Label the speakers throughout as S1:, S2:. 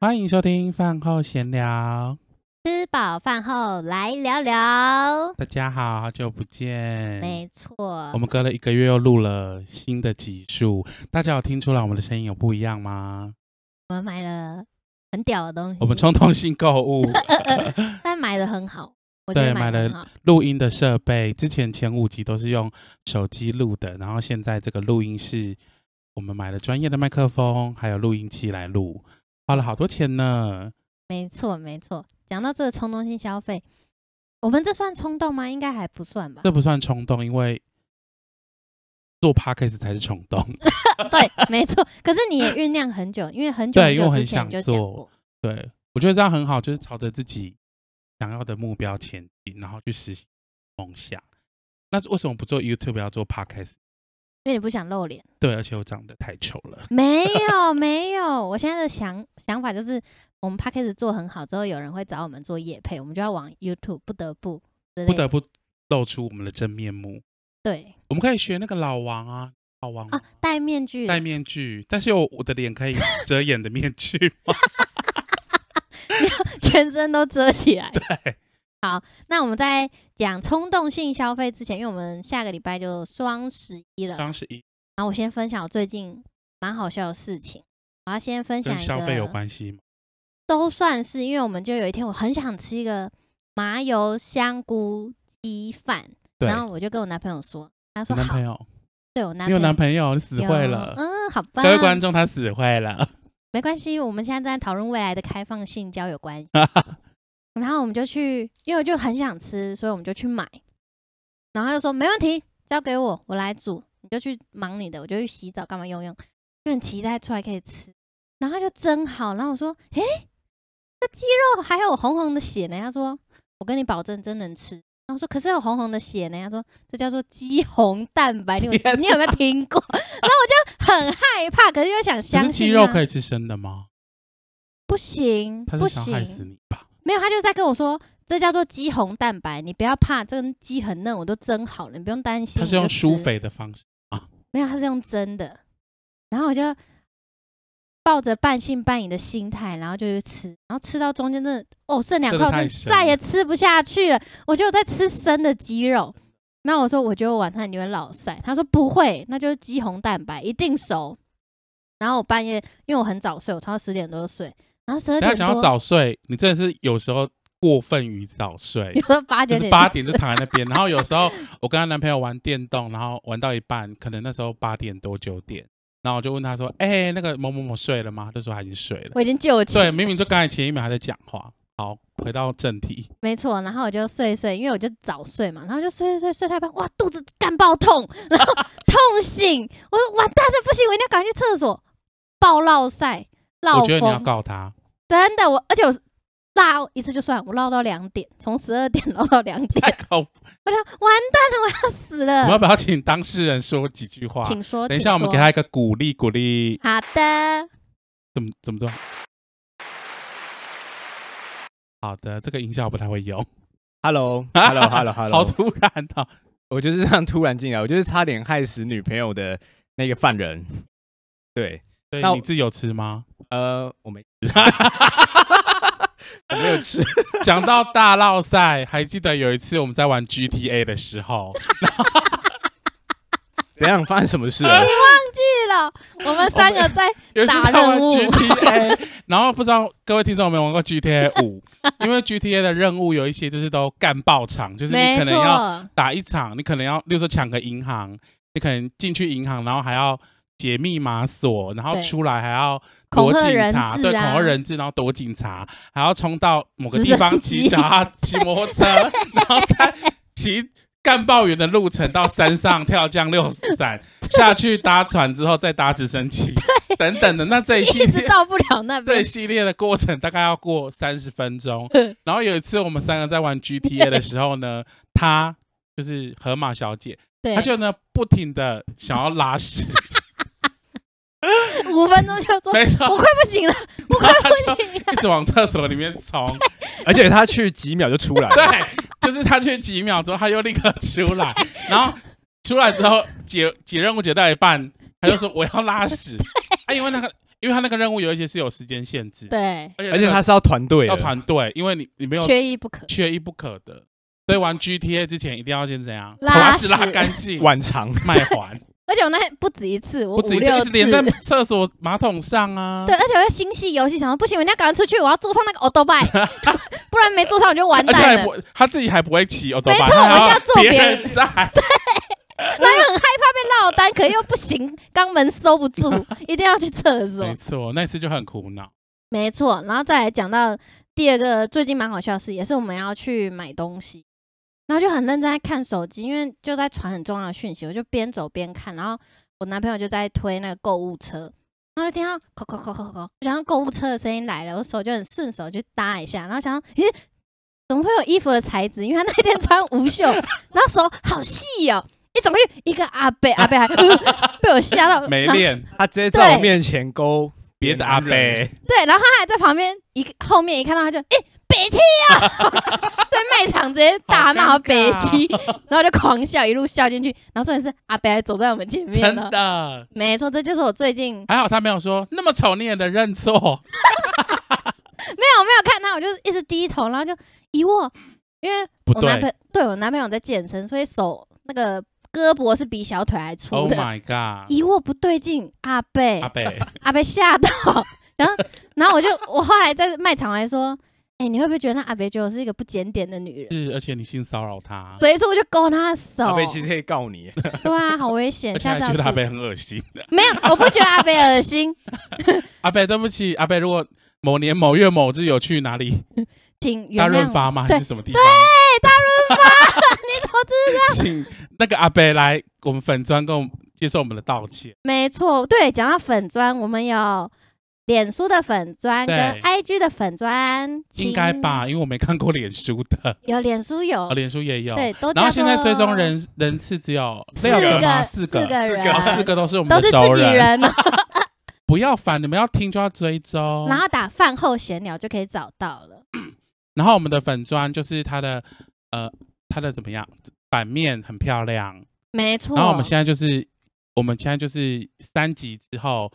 S1: 欢迎收听饭后闲聊。
S2: 吃饱饭后来聊聊。
S1: 大家好，好久不见。
S2: 没错
S1: 我，们隔了一个月又录了新的集数，大家有听出来我们的声音有不一样吗？
S2: 我们买了很屌的东西，
S1: 我们冲动性购 物，
S2: 但买的很好，我觉
S1: 对
S2: 得买
S1: 买
S2: 的很
S1: 了
S2: 好。
S1: 录音的设备，之前前五集都是用手机录的，然后现在这个录音是我们买了专业的麦克风，还有录音器来录，花了好多钱呢。
S2: 没错，没错。讲到这个冲动性消费，我们这算冲动吗？应该还不算 吧。
S1: 这不算冲动，因为做 podcast 才是冲动。
S2: 对，没错。可是你也酝酿很久，因为很久
S1: 对
S2: 很
S1: 因为我
S2: 久
S1: 很
S2: 之前
S1: 想
S2: 你就讲
S1: 做
S2: 过。
S1: 对，我觉得这样很好，就是朝着自己想要的目标前进，然后去实现梦想。那为什么不做 YouTube 要做 Podcast？
S2: 因为你不想露脸，
S1: 对，而且我长得太丑了，
S2: 没有没有，我现在的想想法就是，我们 p 开始做很好之后，有人会找我们做业配，我们就要往 YouTube 不得不之
S1: 不
S2: 类
S1: 得
S2: 的。
S1: 不露出我们的真面目。
S2: 对
S1: 我们可以学那个老王啊，老王
S2: 啊，戴面具，
S1: 戴面具，但是我我的脸可以遮掩的面 具吗？
S2: 全身都遮起来。
S1: 对，
S2: 那我们在讲冲动性消费之前，因为我们下个礼拜就双十一了，
S1: 当时一
S2: 然后我先分享我最近蛮好笑的事情。我要先分享
S1: 跟
S2: 一
S1: 消费有
S2: 个，
S1: 关系吗？
S2: 都算是，因为我们就有一天我很想吃一个麻油香菇鸡饭，
S1: 对，
S2: 然后我就跟我男朋友说，他
S1: 你
S2: 说
S1: 男
S2: 好
S1: 朋，友，
S2: 对我男
S1: 你
S2: 朋
S1: 有
S2: 友
S1: 男朋友，你死
S2: 有
S1: 会了。
S2: 嗯，好吧，
S1: 各位观众，他死会了。
S2: 没关系，我们现在在讨论未来的开放性交友关系。 然后我们就去，因为我就很想吃，所以我们就去买。然后他就说没问题，交给我，我来煮，你就去忙你的，我就去洗澡干嘛用用，就很期待出来可以吃。然后他就蒸好，然后我说，诶，这鸡肉还有红红的血呢。他说，我跟你保证真能吃。然后我说，可是有红红的血呢。他说，这叫做肌红蛋白，你有
S1: 天
S2: 你有没有听过？ 然后我就很害怕，可是又想
S1: 可
S2: 相
S1: 是鸡
S2: 信
S1: 肉
S2: 他
S1: 可以吃生的吗？
S2: 不行，
S1: 他
S2: 不
S1: 是想害
S2: 行
S1: 死，你吧？
S2: 没有，他就在跟我说，这叫做肌红蛋白，你不要怕，这个鸡很嫩，我都蒸好了，你不用担心。
S1: 他是
S2: 你
S1: 用
S2: 就
S1: 疏
S2: 吃，
S1: 肥的方式，
S2: 没有，他是用蒸的。然后我就抱着半信半疑的心态，然后就去吃，然后吃到中间真的，哦，剩两
S1: 真
S2: 块，
S1: 的
S2: 我
S1: 太
S2: 真的
S1: 深
S2: 再也
S1: 了
S2: 吃不下去了。我觉得我在吃生的鸡肉。那我说，我觉得我晚上一定会老晒。他说不会，那就是肌红蛋白，一定熟。然后我半夜，因为我很早睡，我超过十点多睡，然后十二
S1: 等一
S2: 点
S1: 下讲到
S2: 多，
S1: 早睡，你真的是有时候过分于早睡
S2: 有，时候八
S1: 就
S2: 九
S1: 是
S2: 点
S1: 八
S2: 就
S1: 点
S2: 睡
S1: 就躺在那边。然后有时候我跟她男朋友玩电动，然后玩到一半，可能那时候八点多九点，然后我就问他说：“哎、那个某某某睡了吗？”他就说他已经睡了。
S2: 我已经就寝，
S1: 对，明明就刚才前一秒还在讲话。好，回到正题，
S2: 没错。然后我就睡一睡，因为我就早睡嘛，然后就睡一睡睡到一半，哇，肚子干爆痛，然 后痛醒，我说完蛋了，不行，我一定要赶快去厕所，爆落晒，
S1: 我
S2: 落
S1: 觉得你要
S2: 风，
S1: 告他，
S2: 真的，我而且我落一次就算，我落到两点，从十二点落到两
S1: 太
S2: 点，
S1: 靠谱，
S2: 我想完蛋了，我要死
S1: 我们要
S2: 了，
S1: 不要请当事人说几句话？
S2: 呃请说，
S1: 等一
S2: 请
S1: 下，我们
S2: 说
S1: 给他一个鼓励鼓励，
S2: 好的，
S1: 怎么怎么做？好的，这个音效不太会用。好
S3: Hello，Hello，Hello，Hello，
S1: 突然哦！
S3: 我就是这样突然进来，我就是差点害死女朋友的那个犯人。对，
S1: 对，
S3: 那我
S1: 你自己有吃吗？
S3: 呃，我 没吃，我没有吃，
S1: 讲到大闹赛，还记得有一次我们在玩 GTA 的时 候，
S3: 等一下发生什么事 啊了？
S2: 记了，我
S1: 哦
S2: 们三个在
S1: 有一次
S2: 打
S1: 在玩
S2: 任务
S1: GTA，然后不知道各位听众有没有玩过 GTA 五？因为 GTA 的任务有一些就是都干爆场，就是你
S2: 没
S1: 可能要
S2: 错，
S1: 打一场，你可能要，例如说抢个银行，你可能进去银行，然后还要解密码锁，然后
S2: 对
S1: 出来还要
S2: 恐
S1: 躲
S2: 吓
S1: 警
S2: 人
S1: 察，
S2: 质
S1: 对，恐
S2: 啊
S1: 吓人质，然后躲警察，还要冲到某个
S2: 直
S1: 地
S2: 升
S1: 方骑
S2: 机
S1: 脚 踏、骑摩托车，然后再骑干爆远的路程到山上跳降六伞，下去搭船之后再搭直升机等等的，那这一系
S2: 一直
S1: 列。
S2: 到不了那
S1: 这一
S2: 边，
S1: 系列的过程大概要过三十分钟，
S2: 对，
S1: 然后有一次我们三个在玩 GTA 的时候呢，她就是河马小姐，她就呢不停的想要拉屎，
S2: 五分钟就说
S1: 没错，
S2: 我快不行了，我快
S1: 她
S2: 不
S1: 就
S2: 行了。
S1: 一直往厕所里面冲，
S3: 而且他去几秒就出来了，
S1: 对，就是她去几秒之后，她又立刻出 来，然后 出来之后解解任务解到一半，她就说我要拉屎，啊，因为那个因为他那个任务有一些是有时间限制，
S2: 对，
S1: 而且
S3: 而且他
S1: 他
S3: 是要团队的，
S1: 要团队，因为你你没有
S2: 缺一不可。
S1: 缺一不可的，所以玩 GTA 之前一定要先怎样，
S2: 拉
S1: 把屎拉
S2: 屎
S1: 干净，
S3: 晚长，
S1: 卖还，
S2: 而且我那不止一次，我
S1: 不
S2: 五
S1: 止一次
S2: 六
S1: 一直
S2: 次。
S1: 连在厕所马桶上啊，
S2: 对，，而且我又心系游戏，想说不行，我一定要赶快出去，我要坐上 那个 o t o b i 不然没坐上我就完
S1: 而且
S2: 蛋
S1: 还
S2: 了。
S1: 不他自己还不会骑哦，
S2: 没错
S1: 他还
S2: 我一定要做
S1: 别
S2: 别
S1: 人在，
S2: 然后又很害怕被落单，可又不行，肛门收不住， 一定要去厕所
S1: 没。错，那次就很苦恼，
S2: 没错，然后再来讲到第二个最近蛮好笑的事，也是我们要去买东西，然后就很认真在看手机，因为就在传很重要的讯息，我就边走边看，然后我男朋友就在推那个购物车，然后就听到扣扣扣扣扣扣，然后购物车的声音来了，我手就很顺手就搭一下，然后想到，咦，怎么会有衣服的材质？因为他那天穿无袖，然后手好细哦，一走过去一个阿贝，阿贝还、 呃被我吓到，
S1: 没
S2: 然后
S1: 练
S3: 他直接在我
S2: 对
S3: 面前勾
S1: 别的阿贝，
S2: 对，然后他还在旁边一个后面一看到他就哎、北七啊， 在卖场直接大
S1: 好
S2: 骂
S1: 尴尬
S2: 北七，然后就狂笑，一路笑进去。然后重点是阿北还走在我们前面
S1: 真
S2: 呢。
S1: 的。
S2: 没错，这就是我最近没
S1: 还好他没有说那么丑你也能认 错，
S2: 有没有看他，我就是一直低头，然后就一握，因为
S1: 不
S2: 我男
S1: 对
S2: 朋对我男朋友在健身，所以手那个胳膊是比小腿还粗
S1: ，Oh
S2: 的，
S1: my god，
S2: 一握不对劲，阿贝
S1: 阿贝，
S2: 阿北吓到， 然后然后我就我后来在卖场还说，哎、你会不会觉得那阿北觉得我是一个不检点的女人？
S1: 是而且你性骚扰他，
S2: 随处就勾他的手，
S3: 阿贝其实可以告你，
S2: 对啊，好危险，
S1: 而且
S2: 下
S1: 还
S2: 次
S1: 觉得
S2: 要
S1: 阿
S2: 注意。
S1: 贝很恶心。
S2: 没有，我不觉得阿北恶心，
S1: 阿贝，对不起，阿贝，如果某年某月某日有去哪里
S2: 请原
S1: 大润
S2: 谅我。
S1: 发吗？
S2: 对
S1: 还是什么地方？对， 大润发，你投资请那个阿贝来我们粉砖跟我们接受我们的道歉。
S2: 没错，对，讲到粉砖，我们有脸书的粉砖跟
S1: 对
S2: IG 的粉砖，
S1: 应该
S2: 请？
S1: 吧，因为我没看过脸书的，
S2: 有脸书有
S1: 哦，，脸书也有。
S2: 对，都
S1: 然后
S2: 叫
S1: 现在
S2: 做
S1: 追踪人人次只有
S2: 四
S1: 六个吗？
S2: 个
S1: 四
S2: 四
S1: 个，
S2: 个
S1: 哦四
S2: 人，
S1: 个都是我们
S2: 都
S1: 的
S2: 是
S1: 熟
S2: 自己
S1: 人。
S2: 人哦，
S1: 不要烦，你们要听就要追踪。
S2: 然后打饭后闲聊就可以找到了。
S1: 然后我们的粉砖就是它的呃它的怎么样版面很漂亮，
S2: 没错，
S1: 然后我们现在就是我们现在就是三集之后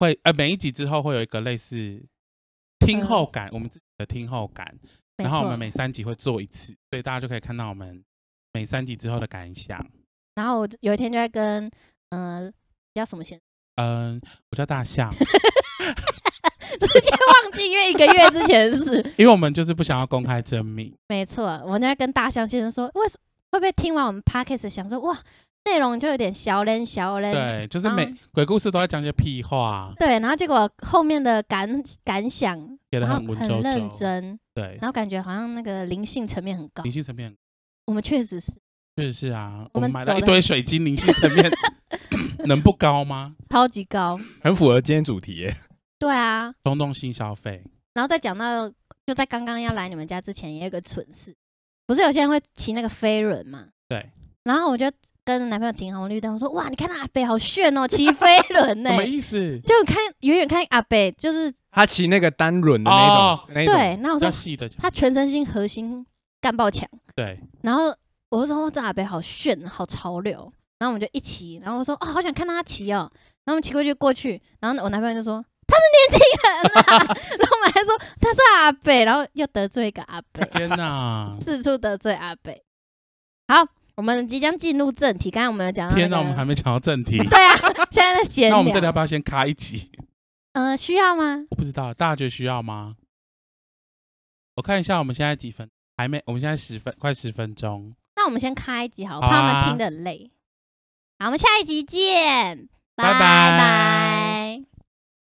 S1: 会呃每一集之后会有一个类似听后感，我们自己的听后感，
S2: 没
S1: 然后我们
S2: 错
S1: 每三集会做一次，所以大家就可以看到我们每三集之后的感想。
S2: 然后我就有一天就在跟嗯叫什么先生，
S1: 嗯，我叫大象，
S2: 直接忘记，因为一个月之前的事。
S1: 因为我们就是不想要公开真 名，
S2: 没错，我那跟大象先生说，为什会不会听完我们 podcast 想说哇，内容就有点小冷小冷？
S1: 对，就是每
S2: 嗯
S1: 鬼故事都在讲一些屁话，
S2: 对然后结果后面的感感想，
S1: 写的
S2: 然后
S1: 很文绉
S2: 哦认
S1: 绉，
S2: 真，
S1: 对
S2: 然，后感觉好像那个灵性层面很高
S1: 灵。性层面
S2: 我们确实是
S1: 确实是啊，
S2: 我
S1: 我们
S2: 们
S1: 买
S2: 走
S1: 了一
S2: 得
S1: 堆水晶，灵性层 面能不高吗？
S2: 超级高，
S3: 很符合今天主题耶。
S2: 对啊。
S1: 冲动性消费，
S2: 然后再讲到，就在刚刚要来你们家之前，也有一个蠢事，不是有些人会骑那个飞轮嘛？
S1: 对。
S2: 然后我就跟男朋友停红绿灯，我说哇，你看那阿北好炫哦，骑飞 轮呢、
S1: 什么意思？
S2: 就看远远看阿北，就是
S3: 他骑那个单轮的那
S1: 哦
S3: 种，那一
S2: 对
S3: 种，，
S2: 那
S1: 比
S2: 我
S1: 较
S2: 说
S1: 细的讲，
S2: 他全身心核心干爆强，
S1: 对，
S2: 然后我就说哇这阿北好炫，啊好潮流，然后我们就一起，然后我说哦好想看到他骑哦，然后我们骑过去过去，然后我男朋友就说他是年轻人啊， 然后我们还说他是阿北，然后又得罪一个阿 北，，
S1: 天哪
S2: 四处得罪阿北。好，我们即将进入正题，刚刚我们有讲到、那
S1: 天哪，
S2: 个，
S1: 我们还没讲到正题
S2: 对啊，现在在 闲
S1: 那
S2: 聊，
S1: 我们这里要不要先开一集？
S2: 呃需要吗？
S1: 我不知道，大家觉得需要吗？我看一下我们现在几分，还没，我们现在十分，快十分钟。
S2: 那我们先开一集好了，我
S1: 好
S2: 怕他
S1: 啊
S2: 们听得很累。好，我们下一集见，
S1: 拜
S2: 拜
S1: 拜
S2: 拜。